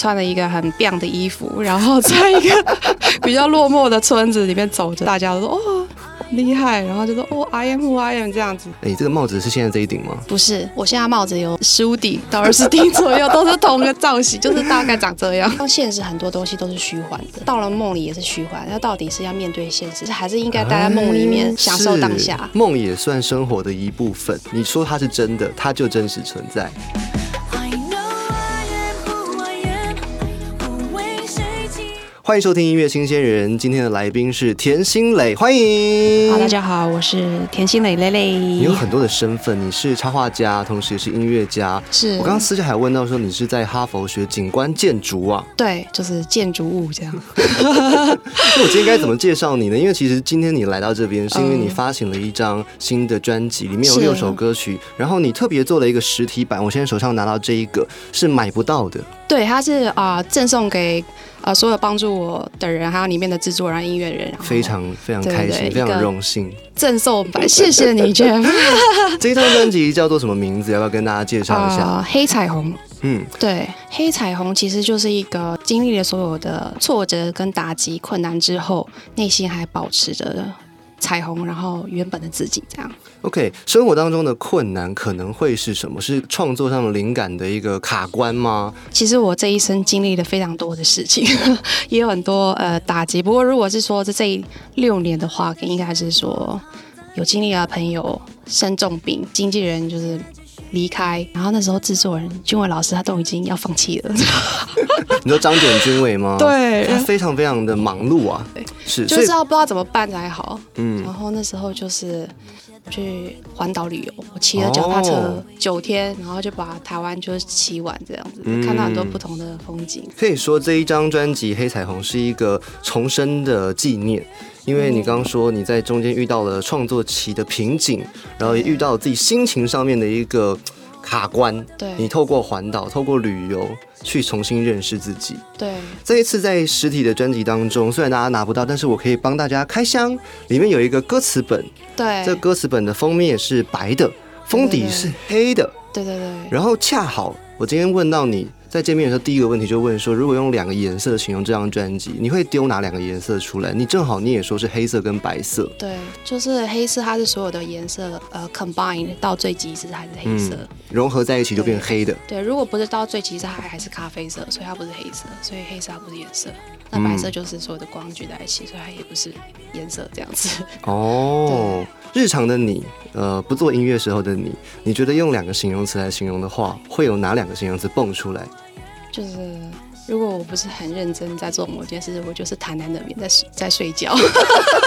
穿了一个很 b 的衣服，然后在一个 比较落寞的村子里面走着，大家都说哦厉害，然后就说哦 I am who I am 这样子。哎，这个帽子是现在这一顶吗？不是，我现在帽子有十五顶到二十顶左右，都是同一个造型， 就是大概长这样。到现实很多东西都是虚幻的，到了梦里也是虚幻，那到底是要面对现实，还是应该待在梦里面哎享受当下？是梦也算生活的一部分。你说它是真的，它就真实存在。 I know I am who I am，不为谁记。欢迎收听音乐新鲜人，今天的来宾是田心磊，欢迎。嗯好，大家好，我是甜心蕾蕾你蕾有，很多的身份，你是插画家，同时也是音乐家。是我刚刚私下还问到说，你是在哈佛学景观建筑啊？对，就是建筑物这样。那我今天该怎么介绍你呢？因为其实今天你来到这边，是因为嗯你发行了一张新的专辑，里面有是六首歌曲，然后你特别做了一个实体版。我现在手上拿到这一个是买不到的，对，它是啊、赠送给啊、所有帮助我的人，还有里面的制作人、音乐人，然后非常非常对对开心，哦对非一常个荣幸。赠送版，谢谢你 Jeff 这张专辑叫做什么名字？要不要跟大家介绍 一下？啊、黑彩虹。嗯，对，黑彩虹其实就是一个经历了所有的挫折跟打击、困难之后，内心还保持着彩虹，然后原本的自己这样。 OK，生活当中的困难可能会是什么？是创作上的灵感的一个卡关吗？其实我这一生经历了非常多的事情， 也有很多呃打击。不过如果是说这这六年的话，应该是说有经历了朋友生重病，经纪人就是离开，然后那时候制作人君伟老师他都已经要放弃了。 你说张简君伟吗？，对他非常非常的忙碌啊对，是，就 所以知道不知道怎么办才好。嗯然后那时候就是去环岛旅游，我骑了脚踏车哦九天，然后就把台湾就是骑完这样子，嗯看到很多不同的风景。可以说这一张专辑《黑彩虹》是一个重生的纪念，因为你刚刚说你在中间遇到了创作期的瓶颈，然后也遇到自己心情上面的一个 卡关，你对透过环岛、透过旅游去重新认识自己。对，这一次在实体的专辑当中，虽然大家拿不到，但是我可以帮大家开箱，里面有一个歌词本，对，这歌词本的封面是白的，封底是黑的，对对对，然后恰好我今天问到你在见面的时候，第一个问题就问说，如果用两个颜色形容这张专辑，你会丢哪两个颜色出来？你正好你也说是黑色跟白色，对，就是黑色，它是所有的颜色呃 combine 到最极致还是黑色。嗯融合在一起就变黑的。对，如果不是到最极致，它还还是咖啡色，所以它不是黑色，所以黑色它不是颜色。那白色就是所有的光聚在一起，所以它也不是颜色这样子。 哦，日常的你，呃，不做音乐时候的你，你觉得用两个形容词来形容的话，会有哪两个形容词蹦出来？就是如果我不是很认真在做某件事，我就是躺在那边在睡在睡觉，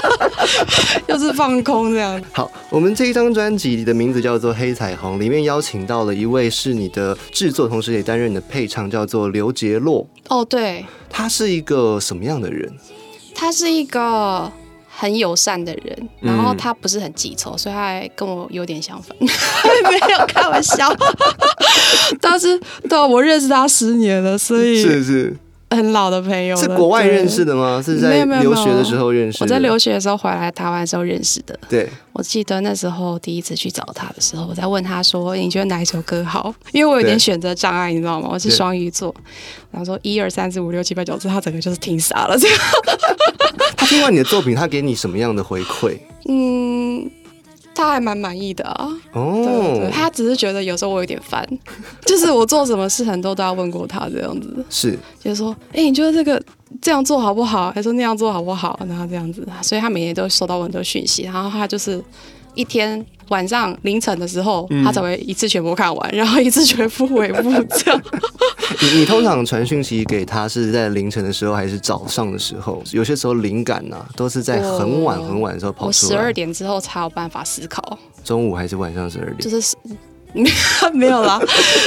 就是放空这样。好，我们这一张专辑的名字叫做《黑彩虹》，里面邀请到了一位是你的制作，同时也担任你的配唱，叫做刘杰洛。哦，对，他是一个什么样的人？他是一个很友善的人，然后嗯他不是很记仇，所以他还跟我有点相反， 没有开玩 笑。但是对我认识他十年了，所以是是很老的朋友了是国外认识对的吗？是没在有没有留学的时候认识的。我在留学的时候回来台湾的时候认识的。对，我记得那时候第一次去找他的时候，我在问他说：“欸你觉得哪一首歌好？” 因为我有点对选择障碍，你知道吗？我是对双鱼座，然后说一二三四五六七八九十，他整个就是听傻了。这样，他听完你的作品，他给你什么样的回馈？嗯，他还蛮满意的啊。对对哦对，，他只是觉得有时候我有点烦， 就是我做什么事很多都要问过他这样子，是就是说：“哎、你觉得这个这样做好不好？”还说那样做好不好？然后这样子，所以他每天都收到很多讯息，然后他就是一天晚上凌晨的时候，他才会一次全部看完，然后一次全部回复这样。你你通常传讯息给他是在凌晨的时候还是早上的时候？有些时候灵感呐、都是在很晚我很晚的时候跑我出十二来，点之后才有办法思考，中午还是晚上十二点就。是 没有没有啦，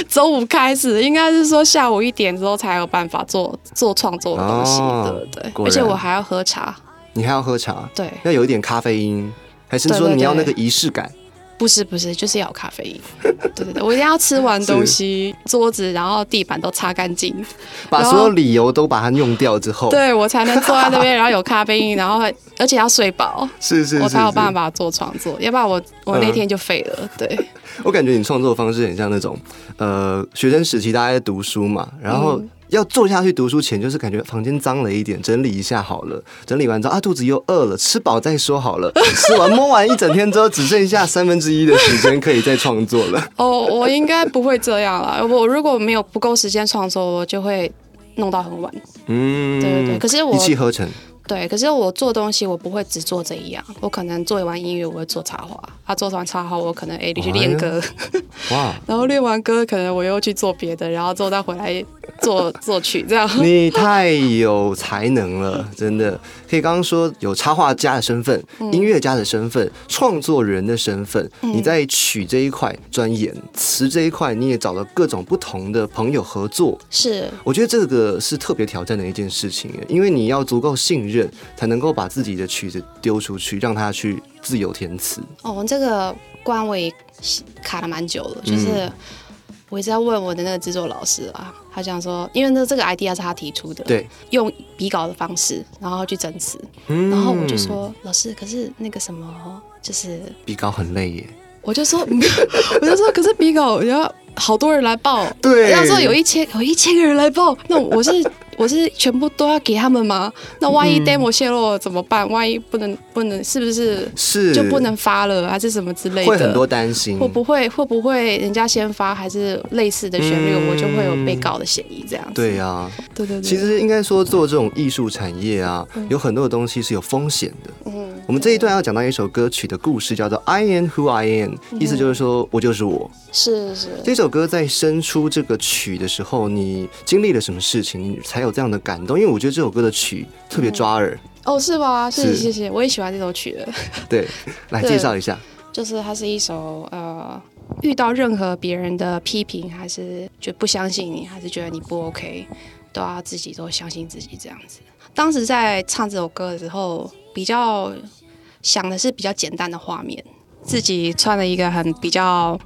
周五开始应该是说下午一点之后才有办法做做创作的东西，哦对对果对，而且然我还要喝茶，你还要喝茶，对，要有一点咖啡因，还是对说对你要那对个仪式感？不是不是，就是要有咖啡因。对对对，我一定要吃完东西，桌子然后地板都擦干净，把然所有后理由都把它用掉之后，对我才能坐在那边，然后有咖啡因， 然后还而且要睡饱，是是是，嗯我才有办法。法做创作，要不然我我那天就废了。对 嗯我感觉你创作方式很像那种，呃，学生时期大家在读书嘛，然后要坐下去读书前，就是感觉房间脏了一点，整理一下好了。整理完之后啊，肚子又饿了，吃饱再说好了。 吃完摸完一整天之后，只剩下三分之一的时间可以再创作了。哦，我应该不会这样啦。我如果没有不够时间创作，我就会弄到很晚。嗯，对对对可是我一气呵成，对，可是我做东西，我不会只做这一样，我可能做完音乐，我会做插画，啊，做完插画，我可能哎去练歌，哇！ 然后练完歌，可能我又去做别的，然后之后再回来做作曲，这样。 你太有才能了，真的可以刚刚说有插画家的身份、嗯音乐家的身份、创作人的身份。你在曲这一块钻研，词这一块你也找了各种不同的朋友合作。是，我觉得这个是特别挑战的一件事情耶，因为你要足够信任，才能够把自己的曲子丢出去，让它去自由填词。哦，这个关我也卡了蛮久了，嗯就是我一直在问我的那个制作老师啊，他想说，因为那这个 idea 是他提出的，，对，用比稿的方式，然后去整词，嗯然后我就说，老师，可是那个什么，就是比稿很累耶。我就说， 我就说，可是比稿要好多人来报，对要说有一千有一千个人来报，那我是 我是全部都要给他们吗？那万嗯一 demo 泄露了怎么办？万一不能不能是不是是就不能发了，还是什么之类的？会很多担心，会不会会不会人家先发还是类似的旋律，嗯我就会有被告的嫌疑这样子？对呀、啊。对对对，其实应该说，做这种艺术产业啊，有很多的东西是有风险的。嗯我们这一段要讲到一首歌曲的故事，叫做《I Am Who I Am》，意嗯思就是说我就是我。是是这首歌在生出这个曲的时候，你经历了什么事情，你才有这样的感动？因为我觉得这首歌的曲特别抓耳。哦是吧？谢谢是谢谢，我也喜欢这首曲的。对，来对介绍一下。就是它是一首呃，遇到任何别人的批评，还是就不相信你，还是觉得你不 OK，都要自己都相信自己这样子。当时在唱这首歌的时候，比较想的是比较简单的画面，自己穿了一个很比较。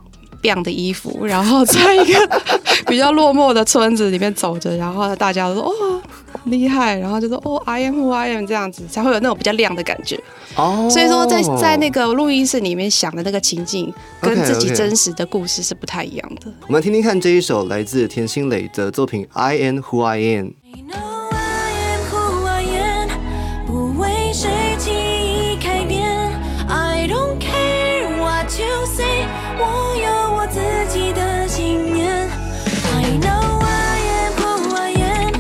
亮的衣服，然后在一个 比较落寞的村子里面走着，然后大家都说哦厉害，然后就说哦 I am who I am 这样子，才会有那种比较亮的感觉。哦，所以说在，在那个录音室里面想的那个情境，跟 OK，OK 自己真实的故事是不太一样的。我们来听听看这一首来自田心磊的作品《I Am Who I Am》。 You know I am who I am，不为谁记忆改变。I don't care what you say，我有我自己的信念。I know I am who I am，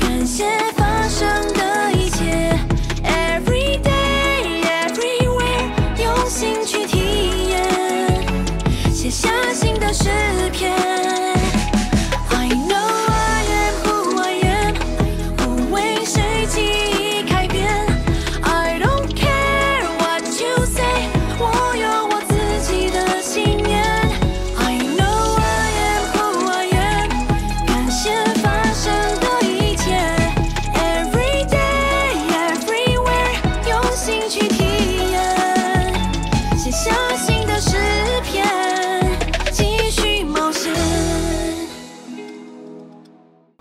感谢发生的一切。Every day，everywhere，用心去体验，写下新的诗篇。I know I am who I am，不为谁记忆改变。I don't care what you say，我有我自己的信念。I know I am who I am，感谢发生的一切。Every day，everywhere，用心去体验，写下新的诗篇，继续冒险。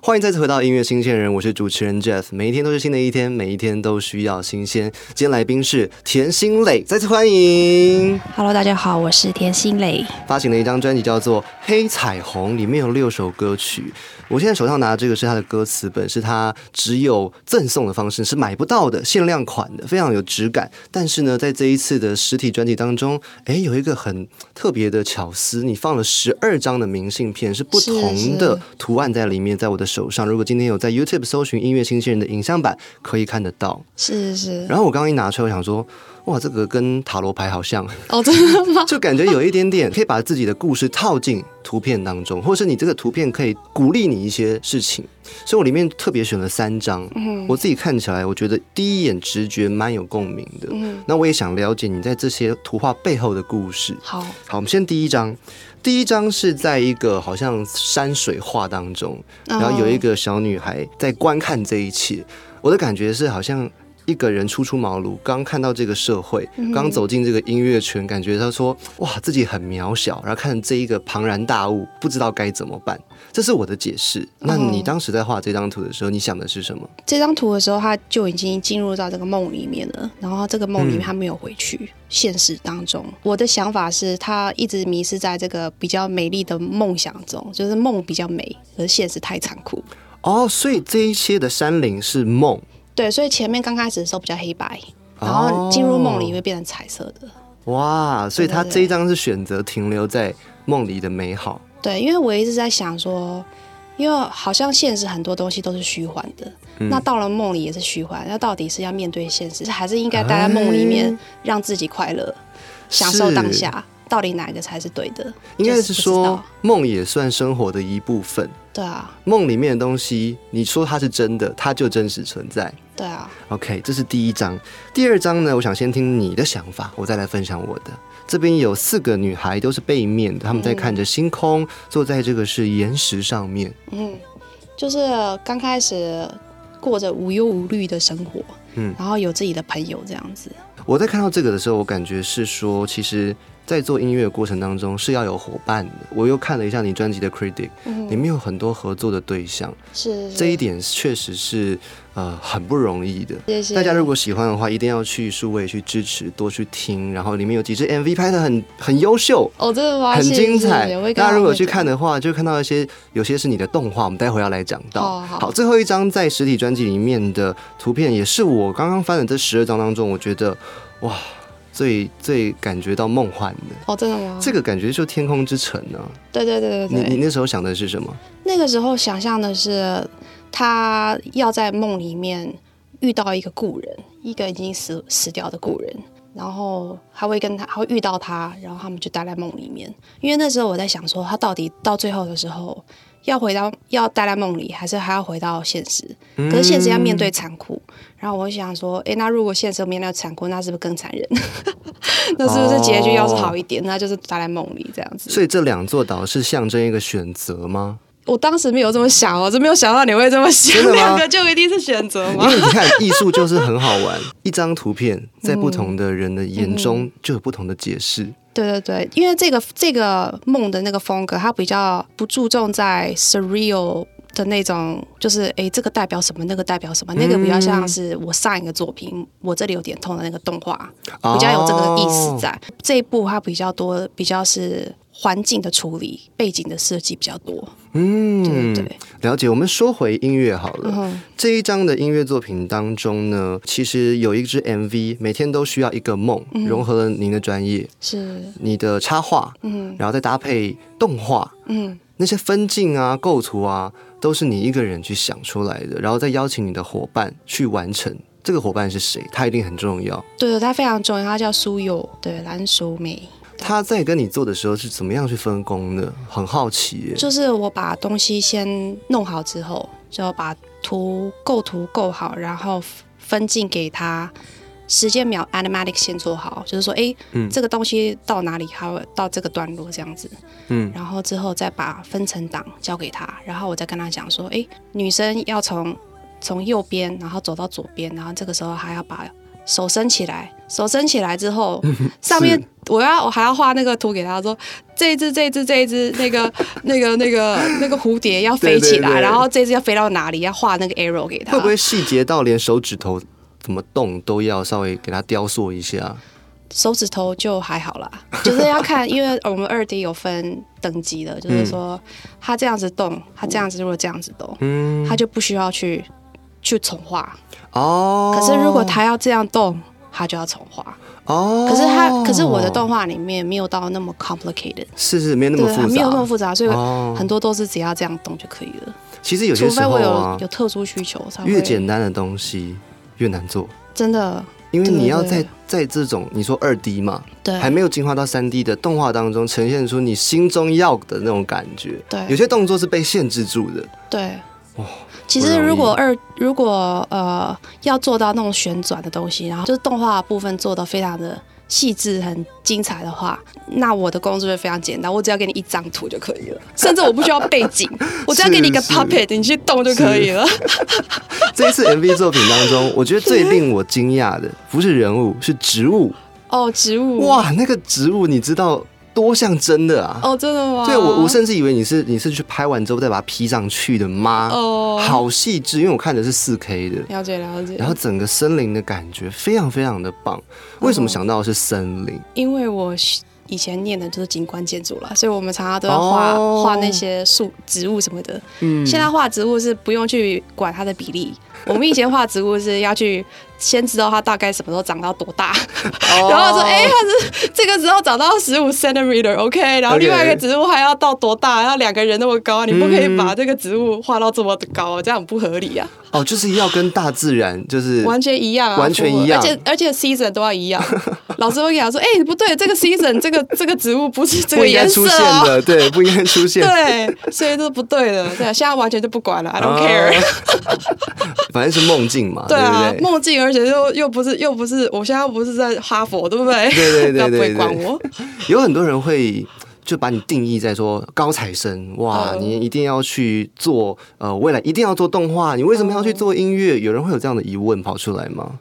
欢迎再次回到音乐新鲜人，我是主持人 Jeff。每一天都是新的一天，每一天都需要新鲜。今天来宾是田心磊，再次欢迎。 Hello，大家好，我是田心蕾。发行了一张专辑叫做《黑彩虹》，里面有六首歌曲。我现在手上拿的这个是他的歌词本，是他只有赠送的方式，是买不到的，限量款的，非常有质感。但是呢，在这一次的实体专辑当中，哎，有一个很特别的巧思，你放了十二张的明信片，是不同是的是图案在里面，在我的手上。如果今天有在 YouTube 搜寻“音乐新鲜人”的影像版，可以看得到。是是，然后我刚刚一拿出来，我想说，哇，这个跟塔罗牌好像。哦，真的 吗？就感觉有一点点可以把自己的故事套进图片当中，或是你这个图片可以鼓励你一些事情。所以我里面特别选了三张，我自己看起来，我觉得第一眼直觉蛮有共鸣的。那我也想了解你在这些图画背后的故事。好，好，我们先第一张。第一张是在一个好像山水画当中，然后有一个小女孩在观看这一切。我的感觉是，好像一个人初出茅庐，刚看到这个社会，刚走进这个音乐圈，感觉他说哇，自己很渺小，然后看这一个庞然大物，不知道该怎么办。这是我的解释。那你当时在画这张图的时候，你想的是什么？这张图的时候，他就已经进入到这个梦里面了。然后这个梦里面，嗯他没有回去、现实当中。我的想法是，他一直迷失在这个比较美丽的梦想中，就是梦比较美，而现实太残酷。哦，所以这一些的山林是梦对，所以前面刚开始的时候比较黑白，然哦后进入梦里会变成彩色的。哇，所以他对对对这一张是选择停留在梦里的美好。对，因为我一直在想说，因为好像现实很多东西都是虚幻的，嗯那到了梦里也是虚幻，那到底是要面对现实，还是应该待在梦里面哎让自己快乐，享受是当下？到底哪个才是对的？应该就是不知说道，梦也算生活的一部分。对啊，梦里面的东西，你说它是真的，它就真实存在。对啊， OK，这是第一章。第二章呢，我想先听你的想法，我再来分享我的。这边有四个女孩都是背面的，她们在看着星空，坐在这个是岩石上面。嗯，就是刚开始过着无忧无虑的生活，嗯嗯，然后有自己的朋友这样子，我在看到这个的时候，我感觉是说，其实，在做音乐的过程当中是要有伙伴的。我又看了一下你专辑的 critic，里嗯面有很多合作的对象，是是这一点确实是呃很不容易的。谢谢大家如果喜欢的话，一定要去数位去支持，多去听。然后里面有几支 MV 拍的很很优秀，哦，真的吗？很谢谢精彩谢谢我会。跟大家如果他们去看的话，就看到一些有些是你的动画，我们待会要来讲到。好好最后一张在实体专辑里面的图片，也是我刚刚翻的这十二张当中，我觉得哇，最最感觉到梦幻的。哦，真的吗？这个感觉就天空之城呢、对对对对你对，嗯你那时候想的是什么？那个时候想象的是，他要在梦里面遇到一个故人，一个已经死死掉的故人，然后他会跟他，他会遇到他，然后他们就待在梦里面。因为那时候我在想说，他到底到最后的时候要回到要待在梦里，还是还要回到现实？可是现实要面对残酷。然后我就想说，诶，那如果现实面对残酷，那是不是更残忍？ 那是不是结局要是好一点，那就是待在梦里这样子？所以这两座岛是象征一个选择吗？我当时没有这么想哦，真没有想到你会这么想真的，吗两个就一定是选择因吗？为你看，艺术就是很好玩，一张图片在不同的人的眼嗯中就有不同的解释。对对对，因为这个这个梦的那个风格，它比较不注重在 surreal 的那种，就是诶这个代表什么，那个代表什么，那个比较像是我上一个作品“我这里有点痛”的那个动画，哦比较有这个意思在。这一部它比较多，比较是环境的处理、背景的设计比较多，嗯，对对了解。我们说回音乐好了。嗯这一张的音乐作品当中呢，其实有一支 MV，每天都需要一个梦，嗯融合了您的专业、是你的插画，嗯然后再搭配动画，嗯那些分镜啊、构图啊，都是你一个人去想出来的，然后再邀请你的伙伴去完成。这个伙伴是谁？他一定很重要。对对，它非常重要，它叫苏友，对蓝淑美。他在跟你做的时候是怎么样去分工的？很好奇耶。就是我把东西先弄好之后，就把图构图构好，然后分镜给他，时间秒 animatic 先做好，就是说，诶，这个东西到哪里，还有到这个段落这样子，嗯，然后之后再把分成档交给他，然后我再跟他讲说，诶，女生要从从右边，然后走到左边，然后这个时候还要把手伸起来，手伸起来之后，嗯上面我要我还要画那个图给他说，这一只这一只这一只那个那个那个那个蝴蝶要飞起来，对对对然后这只要飞到哪里，要画那个 arrow 给他。会不会细节到连手指头怎么动都要稍微给它雕塑一下？手指头就还好啦，就是要看，因为我们二 D 有分等级的，嗯就是说他这样子动，他这样子如果这样子动，嗯，他就不需要去去重画。哦。啊可是如果他要这样动，他就要重画。哦，可是他，可是我的动画里面没有到那么 complicated，是是没有那么对，复杂，没有那么复杂，所以哦很多都是只要这样动就可以了。其实有些除时非候我啊有，有特殊需求才会。越简单的东西越难做，真的因为对你要在对在这种你说二 D 嘛，对还没有进化到三 D 的动画当中，呈现出你心中要的那种感觉。对有些动作是被限制住的。对哇。其不实容易如果二如果呃要做到那种旋转的东西，然后就是动画的部分做的非常的细致、很精彩的话，那我的工作就非常简单，我只要给你一张图就可以了， 甚至我不需要背景，我只要给你一个是 puppet，你去动就可以了。这一次 MV 作品当 中，我觉得最令我惊讶的不是人物，是植物。哦，植物哇，那个植物你知道多像真的啊！哦，真的吗？对我，我甚至以为你是你是去拍完之后再把它 P 上去的吗？哦好细致，因为我看的是四 K 的，了解了解然，后整个森林的感觉非常非常的棒。为什么想到的是森林？因为我喜以前念的就是景观建筑了，所以我们常常都要画、哦画那些树、植物什么的。嗯现在画植物是不用去管它的比 例，我们以前画植物是要去先知道它大概什么时候长到多大，哦然后说，哎、它是这个时候长到十五 centimeter，OK，、然后 OK 另外一个植物还要到多大，要两个人那么高，你不可以嗯把这个植物画到这么高，这样很不合理啊，哦，就是要跟大自然就是完全一样啊，完全一样而且而且 season 都要一 样。老师会跟他说，哎、不对，这个 season 这个 这个植物不是这不个应该颜色出现哦。的，对，不应该出 现。对，所以这不对的，对啊，现在完全就不管了，I don't care。啊反正是梦境嘛， 对啊不，对？梦境，而且又又不是又不是，我现在又不是在哈佛，对不对？ 对对对 他不会对对管我。有很多人会就把你定义在说高材生，哇，嗯你一定要去做呃，未来一定要做动画，你为什么要去做音乐？嗯有人会有这样的疑问跑出来 吗？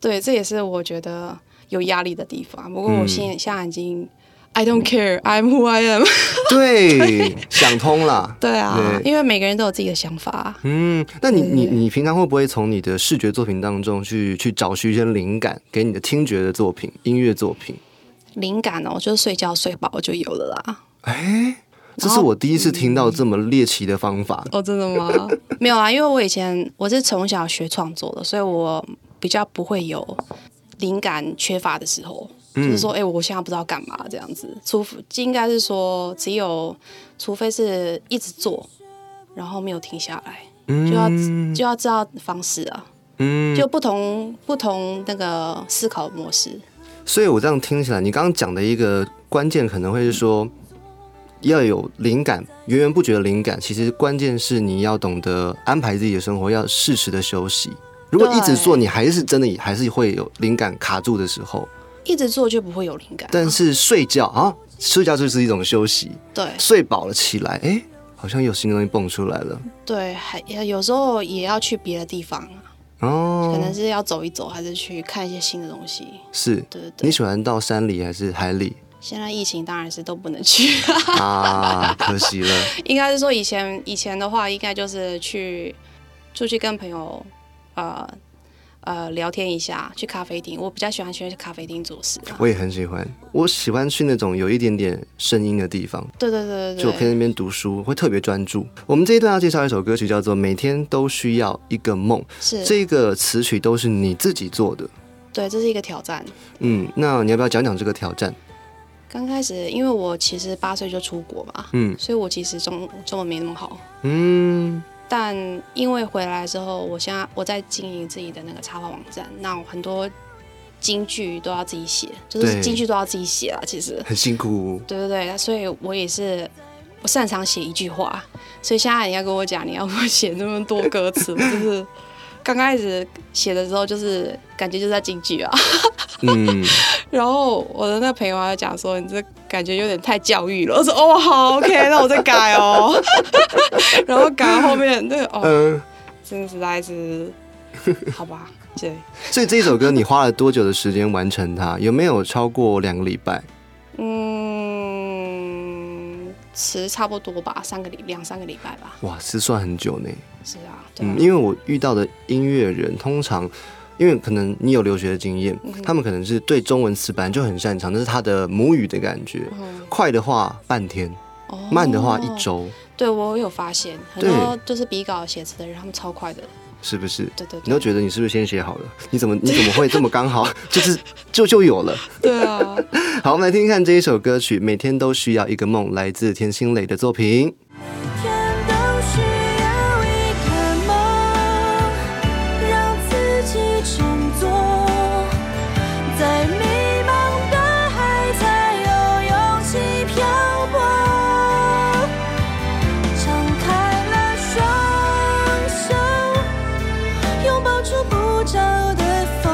对，这也是我觉得有压力的地方。不过我嗯现现在已经、I don't care, I'm who I am 。 对，想通了。对啊，对因为每个人都有自己的想法。嗯，那你你对你平常会不会从你的视觉作品当中去去找寻一些灵感，给你的听觉的作品、音乐作品？灵感哦，就是睡觉睡饱我就有了啦。哎，这是我第一次听到这么猎奇的方法。哦，真的吗？ 没有啊，因为我以前我是从小学创作的，所以我比较不会有灵感缺乏的时候。嗯就是说，哎、我现在不知道干嘛这样子，除非应该是说，只有除非是一直做，然后没有停下来，就要、嗯就要知道方式啊，嗯，就不同不同那个思考模式。所以我这样听起来，你刚刚讲的一个关键可能会是说，要有灵感，源源不绝的灵感。其实关键是你要懂得安排自己的生活，要适时的休息。如果一直做，你还是真的还是会有灵感卡住的时候。一直做就不会有灵感啊、但是睡觉啊，睡觉就是一种休息，对睡饱了起来，哎，好像有新的东西蹦出来了。对，还有时候也要去别的地方啊，可哦能，是要走一走，还是去看一些新的东西。是。对对对，你喜欢到山里还是海里现在疫情当然是都不能去， 啊？可惜了，应该是说以前以前的话，应该就是去出去跟朋友呃呃聊天一下，去咖啡厅。我比较喜欢去咖啡厅做事啊。我也很喜欢，我喜欢去那种有一点点声音的地方，对对对就对我可以对，在那边读书，会特别专注。我们这一段要介绍一首歌曲，叫做《每天都需要一个梦》，是，这个词曲都是你自己做的。对，这是一个挑战。嗯，那你要不要讲讲这个挑战？刚开始，因为我其实八岁就出国嘛，嗯所以我其实中中文没那么好。嗯，但因为回来之后，我现在我在经营自己的那个插画网站，那我很多京剧都要自己写，就是对京剧都要自己写啊。其实，很辛苦。对对对，所以我也是我擅长写一句话，所以现在你要跟我讲你要我写那么多歌词，我就是刚开始写的时候就是感觉就在京剧啊。 嗯，然后我的那个朋友还讲说你这感觉有点太教育了，我说哦好 OK，那我再改哦。 然后改到后面那个哦，嗯，真的实在 是好吧，对。所以这首歌你花了多久的时间完成它？有没有超过两个礼拜？嗯，词差不多吧，三个礼两三个礼拜吧，哇，是算很久呢。是啊，对啊嗯，因为我遇到的音乐人通常，因为可能你有留学的经验，嗯他们可能是对中文词本来就很擅长，那是他的母语的感觉。嗯快的话半天，哦慢的话一周，对我有发现，很对多就是比稿写词的人，他们超快的。是不是？对对你都对，觉得你是不是先写好了？你怎么你怎么会这么刚好？ 就是就就有了。对啊， 好，我们来听看这一首歌曲《每天都需要一个梦》，来自田心磊的作品。每天都需要一个梦，让自己振作，在迷茫的海才有勇气漂泊。张开了双手，拥抱触不着的风。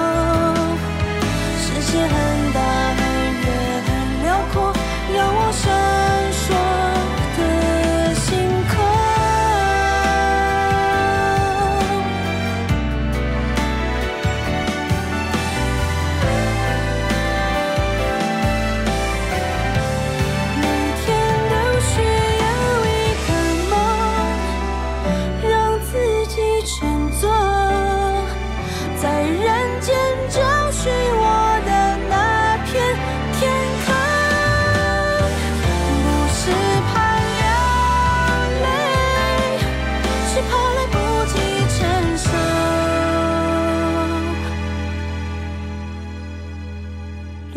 世界很大，很远，很辽阔，有我闪烁的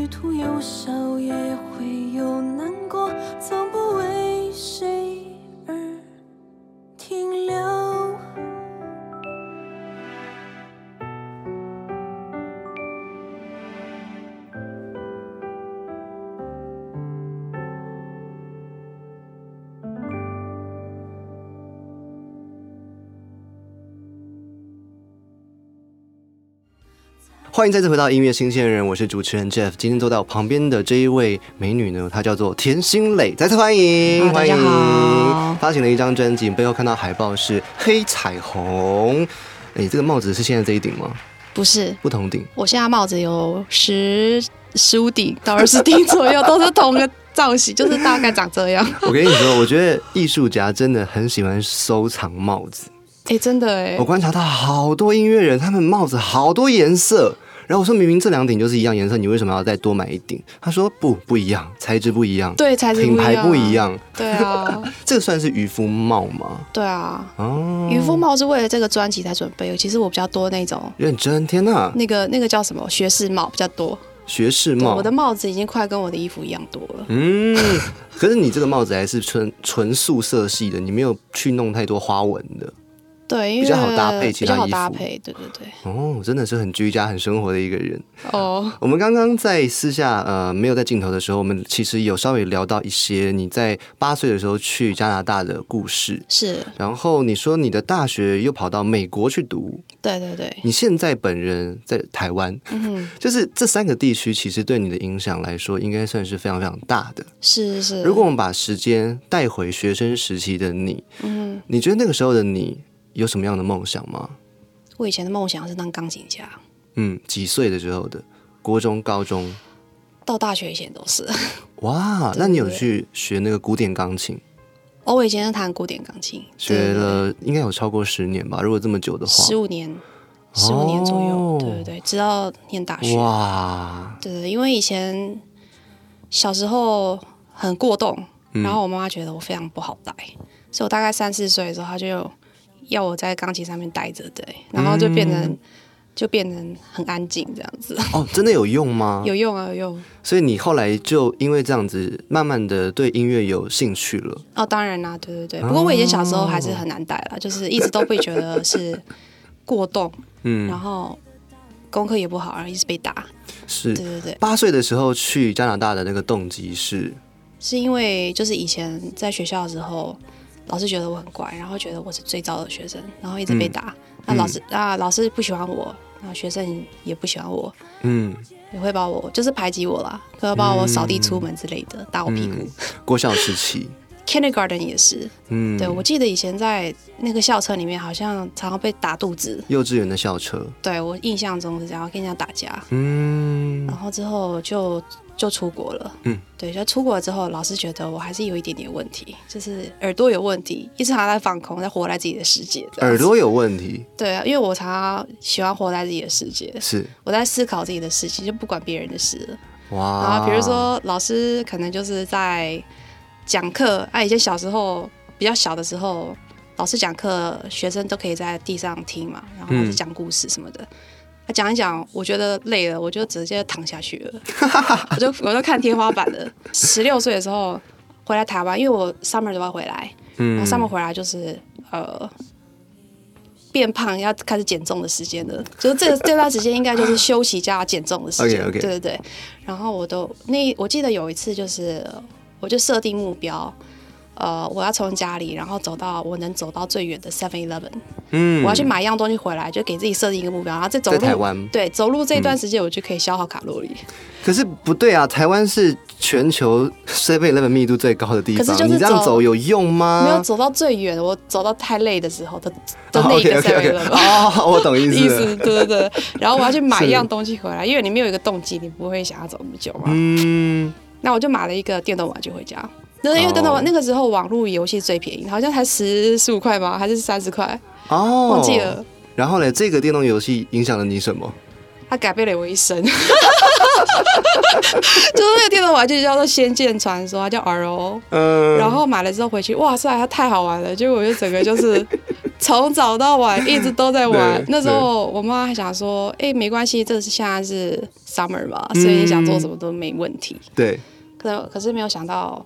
途有笑也会有难过，从不为谁而停留。欢迎再次回到音乐新鲜人，我是主持人 Jeff。今天坐在我旁边的这一位美女呢，她叫做田心蕾，再次欢迎，好欢大家迎好。发行了一张专辑，背后看到海报是黑彩虹。哎，这个帽子是现在这一顶吗？不是，不同顶。我现在帽子有十十五顶到二十顶左右，都是同个造型，就是大概长这 样。我跟你说，我觉得艺术家真的很喜欢收藏帽子。哎、真的哎、我观察到好多音乐人，他们帽子好多颜色。然后我说，明明这两顶就是一样颜色，你为什么要再多买一顶？他说不，不一样，材质不一样，对，才是品牌不一样。样。对啊，这个算是渔夫帽吗？对 啊，哦，渔夫帽是为了这个专辑才准备的。其实我比较多那种认真，天呐，那个那个叫什么学士帽比较多。学士对，帽我。的帽子已经快跟我的衣服一样多了。嗯，可是你这个帽子还是纯纯素色系的，你没有去弄太多花纹的对，因为比较好搭配其比他较好衣服搭配。对对对。哦，真的是很居家、很生活的一个人。哦，我们刚刚在私下呃没有在镜头的时候，我们其实有稍微聊到一些你在八岁的时候去加拿大的故事。是，然后你说你的大学又跑到美国去读，对对对，你现在本人在台湾，嗯哼， 就是这三个地区其实对你的影响来说，应该算是非常非常大的。是是。如果我们把时间带回学生时期的你，嗯，你觉得那个时候的你有什么样的梦想吗？我以前的梦想是当钢琴家，嗯，几岁的时候的？国中、高中？到大学以前都是。哇，那你有去学那个古典钢琴？哦，我以前是弹古典钢琴，学了应该有超过十年吧，如果这么久的话十，五年，十五年左右，哦对对对，直到念大学。哇，对对，因为以前小时候很过动，嗯然后我妈妈觉得我非常不好带，所以我大概三四岁的时候，她就要我在钢琴上面待着，对，然后就变成、嗯就变成很安静这样子，哦，真的有用 吗？有用啊，有用。所以你后来就因为这样子，慢慢的对音乐有兴趣了。哦，当然啦，对对对。不过我以前小时候还是很难带啦，就是一直都被觉得是过动，然嗯，后功课也不好，然后一直被打。是对对对，八岁的时候去加拿大的那个动机是，是因为就是以前在学校的时候，老师觉得我很乖，然后觉得我是最糟的学生，然后一直被打。那老师那老师不喜欢我，然后学生也不喜欢我，嗯，也会把我就是排挤我啦，可能把我扫地出门之类的，打我屁股。嗯国小时期， Kindergarten 也是，嗯，对我记得以前在那个校车里面，好像常常被打肚子。幼稚园的校车，对我印象中是这样，跟人家打架，嗯然后之后就就出国了。嗯，对，就出国之后，老师觉得我还是有一点点问题，就是耳朵有问题，一直常常在放空，在活在自己的世界。这样耳朵有问题，对啊，因为我常常喜欢活在自己的世界，是我在思考自己的事情，就不管别人的事了。然哇，后比如，说老师可能就是在讲课，啊，以前小时候比较小的时候，老师讲课，学生都可以在地上听嘛，然后老师嗯讲故事什么的。他讲一讲，我觉得累了，我就直接躺下去了，我就我就看天花板了。十六岁的时候回来台湾，因为我 summer 都要回来，然嗯后 summer 回来就是呃变胖要开始减重的时间了，就是这这段时间应该就是休息加减重的时间 OK，OK 对对对。然后我都那我记得有一次就是我就设定目标。呃，我要从家里，然后走到我能走到最远的 Seven Eleven，、嗯我要去，买一样东西回来，就给自己设定一个目标，然后再走在路。台湾嗯对，走路这一段时间我就可以消耗卡路里。可是不对啊，台湾是全球 Seven Eleven 密度最高的地方，可是就是你这样走走有用吗？没有走到最远，我走到太累的时候的的啊 哦那个 OK，OK，OK Seven Eleven。哦，我懂意思 意了。思，对对 对。然后我要去买是一样东西回来，因为你没有一个动机，你不会想要走那么久嘛。嗯，那我就买了一个电动玩具回家。那因为电动玩、哦那个时候网络游戏最便宜，好像才十十五块吧，还是三十块，哦，忘记了。。然后呢，这个电动游戏影响了你什么？它改变了我一生， 就是那个电动玩具叫做《仙剑传说》，它叫 RO。嗯，然后买了之后回去，哇塞，它太好玩了！结果我就整个就是 从早到晚一直都在玩对。那时候我妈还想说，哎、没关系，这是现在是 summer 嘛，嗯所以想做什么都没问题。对，可可是没有想到，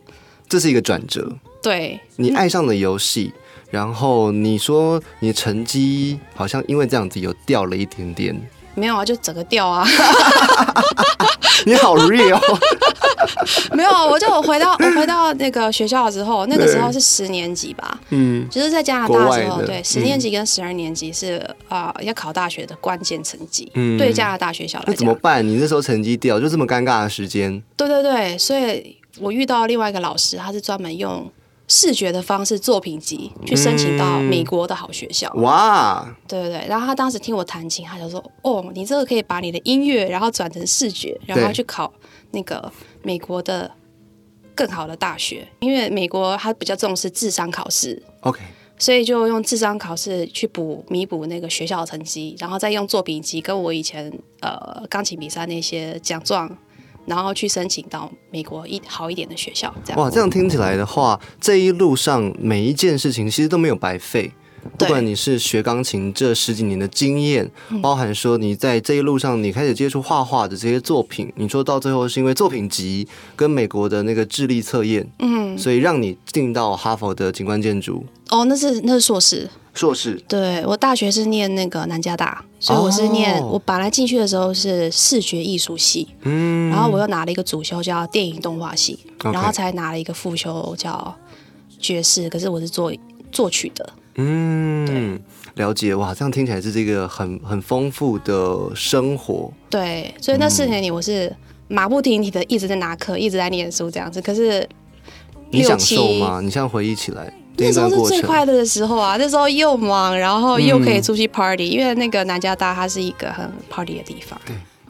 这是一个转折。对你爱上了游戏，然后你说你成绩好像因为这样子有掉了一 点点，没有啊，就整个掉啊， 你好 real，没有啊，我就我回到我回到那个学校的时候，那个时候是十年级吧，嗯，就是在加拿大的时国候，外的对，嗯十年级跟十二年级是啊、要考大学的关键成绩，嗯对加拿大学校 那来怎么讲，办？你那时候成绩掉，就这么尴尬的时间，对对对，所以我遇到另外一个老师，他是专门用视觉的方式作品集去申请到美国的好学校，哇，对对对，然后他当时听我弹琴，他就说：“哦，你这个可以把你的音乐，然后转成视觉，然后去考那个美国的更好的大学，因为美国它比较重视智商考试， OK，所以就用智商考试去补弥补那个学校的成绩，然后再用作品集跟我以前呃钢琴比赛那些奖状，然后去申请到美国一好一点的学校，这样。哇，这样听起来的话，这一路上每一件事情其实都没有白费。不对嗯管你是学钢琴这十几年的经验，包含说你在这一路上你开始接触画画的这些作品，你说到最后是因为作品集跟美国的那个智力测验，嗯，所以让你进到哈佛的景观建筑哦，那是那是硕士，硕士。对我大学是念那个南加大，所以我是念、哦我本来进去的时候是视觉艺术系，嗯，然后我又拿了一个主修叫电影动画系， OK 然后才拿了一个副修叫爵士，可是我是做作曲的，嗯，了解哇，这样听起来是这个很很丰富的生活。对，所以那四年里我是马不停蹄的一直在拿课，一直在念书这样子，可是你六享七受吗？你现在回忆起来那时候段是过最程，快乐的时候啊！那时候又忙，然后又可以出去 party，、因为那个南加大它是一个很 party 的地方。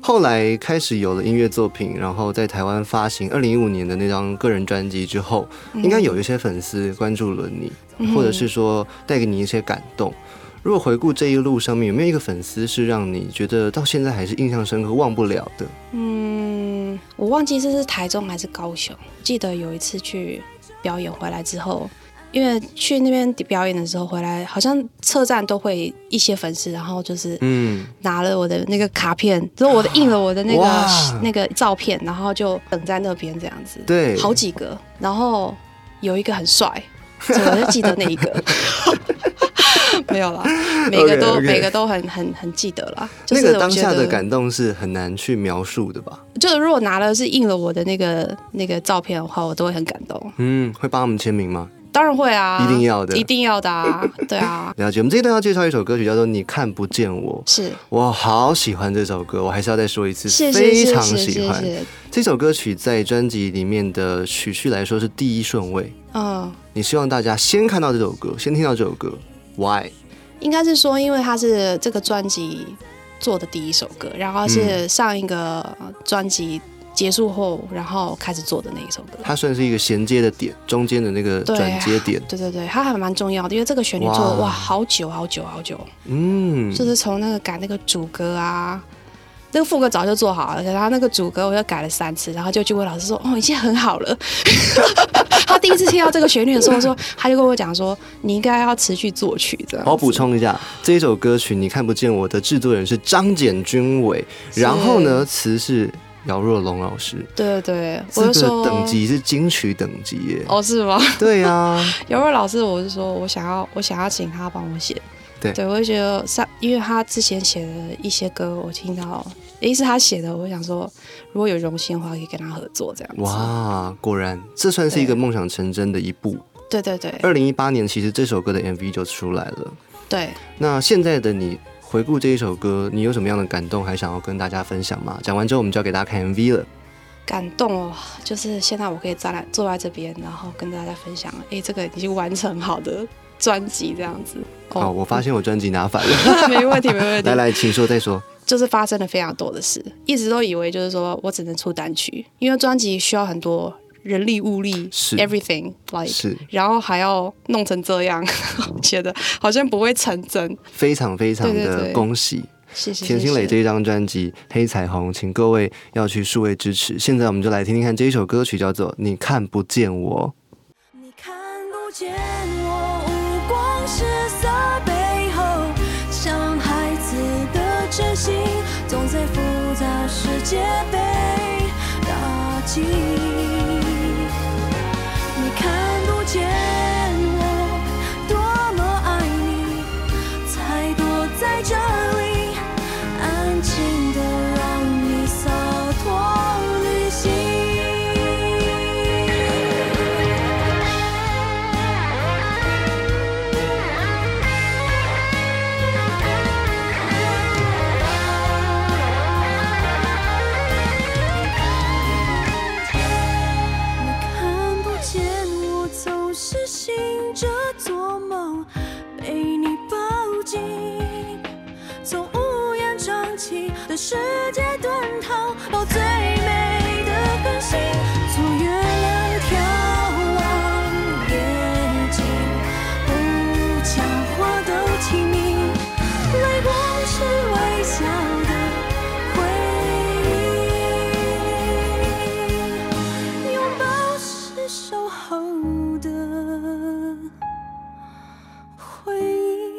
后来开始有了音乐作品，然后在台湾发行二零一五年的那张个人专辑之后，嗯应该有一些粉丝关注了你，或者是说带给你一些感动。如果回顾这一路上面，有没有一个粉丝是让你觉得到现在还是印象深刻、忘不了的？嗯，我忘记这是台中还是高雄。记得有一次去表演回来之后，因为去那边表演的时候回来，好像车站都会一些粉丝，然后就是嗯，拿了我的那个卡片，就是我的印了我的那哇个那个照片，然后就等在那边这样子。对好几个，然后有一个很帅，所以我就记得那一 个。没有啦，每个都 OK，OK 每个都很很很记得啦。就那是个我当觉下的得感动是很难去描述的吧？就是如果拿了是印了我的那个那个照片的话，我都会很感动。嗯，会帮他们签名吗？当然会啊，一定要的一定要的啊，对啊，了解，我们这一段要介绍一首歌曲，叫做《你看不见我》，是我好喜欢这首歌，我还是要再说一次，是是非是常是喜是欢。是，这首歌曲在专辑里面的曲序来说是第一顺位，嗯，你希望大家先看到这首歌，先听到这首歌，Why？应该是说，因为它是这个专辑做的第一首歌，然后嗯是上一个专辑结束后，然后开始做的那一首歌。它算是一个衔接的点，中间的那个对转接点，对对啊对，它还蛮重要的，因为这个旋律做哇的哇，好久好久好久，嗯，就是从那个改那个主歌啊，那个副歌早就做好了，然后那个主歌我又改了三次，然后就去问老师说，哦，已经很好 了。 他第一次听到这个旋律的时候说，他就跟我讲说，你应该要持续作曲这样子。我补充一下，这一首歌曲《你看不见我》的制作人是张简君伟，是然后呢，词是姚若龙老师，对对对，我这就个说等级是金曲等级耶。哦是吗？对 啊，有位老师，我是说我想要我想要请他帮我写，对对，我就觉得上，因为他之前写的一些歌，我听到，诶是他写的，我想说如果有荣幸的话，可以跟他合作这样子。，哇，果然这算是一个对梦想成真的一步。对对对二零一八年，其实这首歌的 MV 就出来了。对，那现在的你回顾这一首歌，你有什么样的感动，还想要跟大家分享吗？讲完之后，我们就要给大家看 MV 了。感动哦，就是现在我可以站来坐在这边，然后跟大家分享，诶，这个已经完成好的专辑这样子。哦，我发现我专辑拿反了。 没问题，没问题。来来，请说再说。就是发生了非常多的事，一直都以为就是说我只能出单曲，因为专辑需要很多人力物力是，everything like，是然后还要弄 成这样，我觉得好像不会成真。非常非常对对的对恭喜。谢谢田心谢磊谢这一张专辑《黑彩虹》，请各位要去数位支持。现在我们就来听听看这一首歌曲，叫做《你看不见我你看不见我五光十色背后，像孩子的真心，总在复杂世界被打击。你看不见我多么爱你，才躲在这里，安静的让你洒脱旅行。你看不见，我总是醒着做梦，被你抱紧，从乌烟瘴气的世界遁逃到最美的恒星，从月亮眺望夜景，不讲话都听明，泪光是微笑的回应。拥抱是守候的回忆。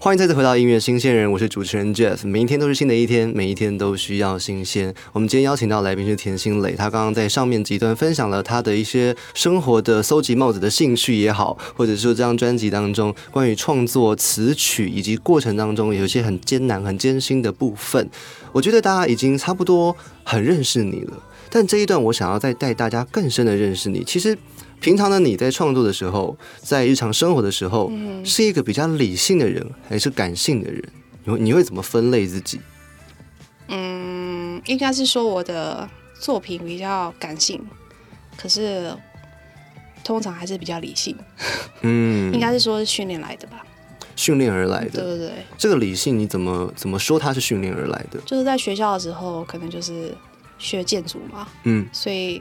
欢迎再次回到音乐新鲜人，我是主持人 Jeff。每一天都是新的一天，每一天都需要新鲜。我们今天邀请到的来宾是田心磊，他刚刚在上面几段分享了他的一些生活的搜集帽子的兴趣也好，或者说这张专辑当中关于创作词曲以及过程当中有一些很艰难、很艰辛的部分。我觉得大家已经差不多很认识你了，但这一段我想要再带大家更深的认识你。其实。平常的你在创作的时候，在日常生活的时候，嗯是一个比较理性的人，还是感性的人？你会你会怎么分类自己？嗯，应该是说我的作品比较感性，可是通常还是比较理性，嗯，应该是说是训练来的吧？训练而来对的。对对，这个理性你怎么怎么说它是训练而来的？就是在学校的时候，可能就是学建筑嘛，嗯，所以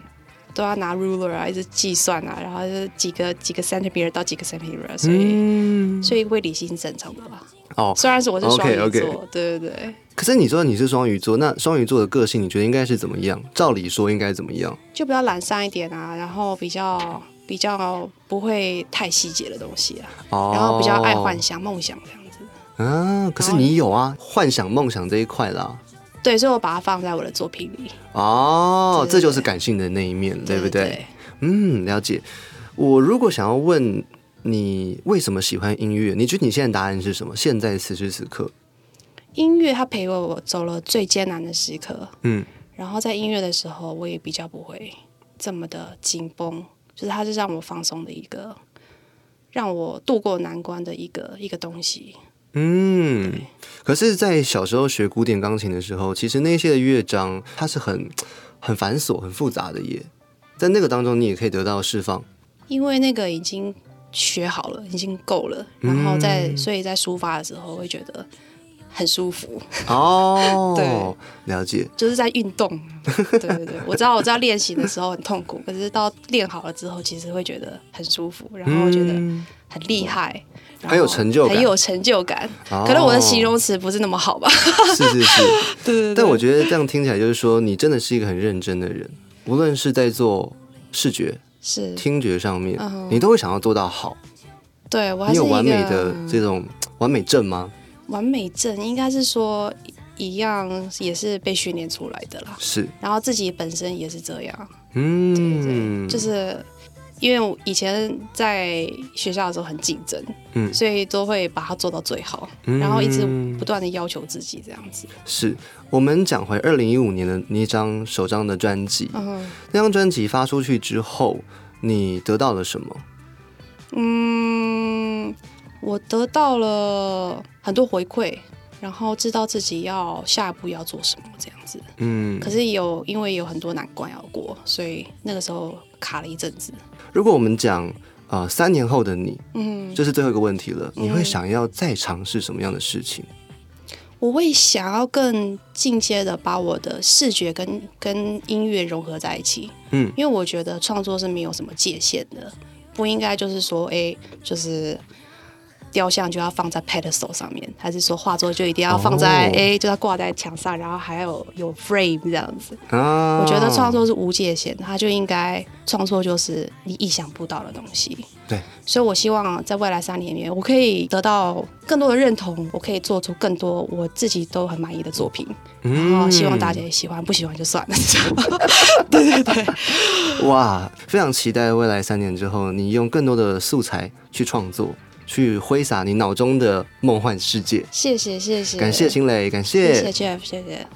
都要拿 ruler 啊，一直计算啊，然后就是几个几个 centimeter 到几个 centimeter，所以、嗯，所以会理性是正常的吧？哦，虽然是我是双鱼座 OK，OK 对对对，可是你说你是双鱼座，那双鱼座的个性你觉得应该是怎么样？照理说应该怎么样？就比较懒散一点啊，然后比较比较不会太细节的东西啊，哦，然后比较爱幻想、哦梦想这样子。啊，可是你有啊，幻想、梦想这一块啦。对，所以我把它放在我的作品里，哦，对这就是感性的那一面，对不对对？？嗯，了解。我如果想要问你为什么喜欢音乐，你觉得你现在答案是什么？现在此时此刻，音乐它陪我我走了最艰难的时刻，嗯，然后在音乐的时候，我也比较不会这么的紧绷，就是它是让我放松的一个，让我度过难关的一个一个东西。嗯，可是，在小时候学古典钢琴的时候，其实那些的乐章它是很很繁琐、很复杂的耶。在那个当中，你也可以得到 释放。因为那个已经学好了，已经够了，然后在、所以在抒发的时候会觉得很舒服，哦，对，了解。就是在运动。对对对，我知道我知道练习的时候很痛苦，可是到练好了之后，其实会觉得很舒服，然后哦觉得嗯很厉害，然后很有成就感很有成就感。哦可能我的形容词不是那么好吧？是是是， 对对对。但我觉得这样听起来就是说，你真的是一个很认真的人，无论是在做视觉、是听觉上面嗯哼，你都会想要做到好。对我还你是有一完美个嗯的这种完美症吗？完美症，应该是说一样也是被训练出来的啦。是，然后自己本身也是这样，嗯，就是因为我以前在学校的时候很竞争，嗯所以都会把它做到最好，嗯然后一直不断的要求自己这样子。是。我们讲回二零一五年的那张首张的专辑，嗯那张专辑发出去之后，你得到了什么？嗯，我得到了很多回馈，然后知道自己要下一步要做什么这样子。嗯，可是有因为有很多难关要过，所以那个时候卡了一阵子。如果我们讲啊、呃三年后的你，嗯，这是最后一个问题了，你会想要再尝试什么样的事情？我会想要更进阶的把我的视觉跟跟音乐融合在一起，嗯，因为我觉得创作是没有什么界限的，不应该就是说，哎、就是雕像就要放在 pedestal 上面，还是说画作就一定要放在哎哦、诶就要挂在墙上，然后还有有 frame 这样子。啊，我觉得创作是无界限的，它就应该创作就是你意想不到的东西。对，所以我希望在未来三年里面，我可以得到更多的认同，我可以做出更多我自己都很满意的作品。然后希望大家也喜欢，不喜欢就算了。 对对对，哇，非常期待未来三年之后，你用更多的素材去创作，去挥洒你脑中的梦幻世界。谢谢谢谢，感谢秦磊，感谢谢。谢 Jeff，谢谢。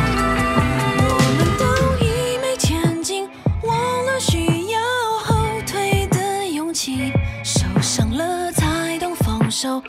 我们都一昧前进，忘了需要后退的勇气，受伤了才懂放手，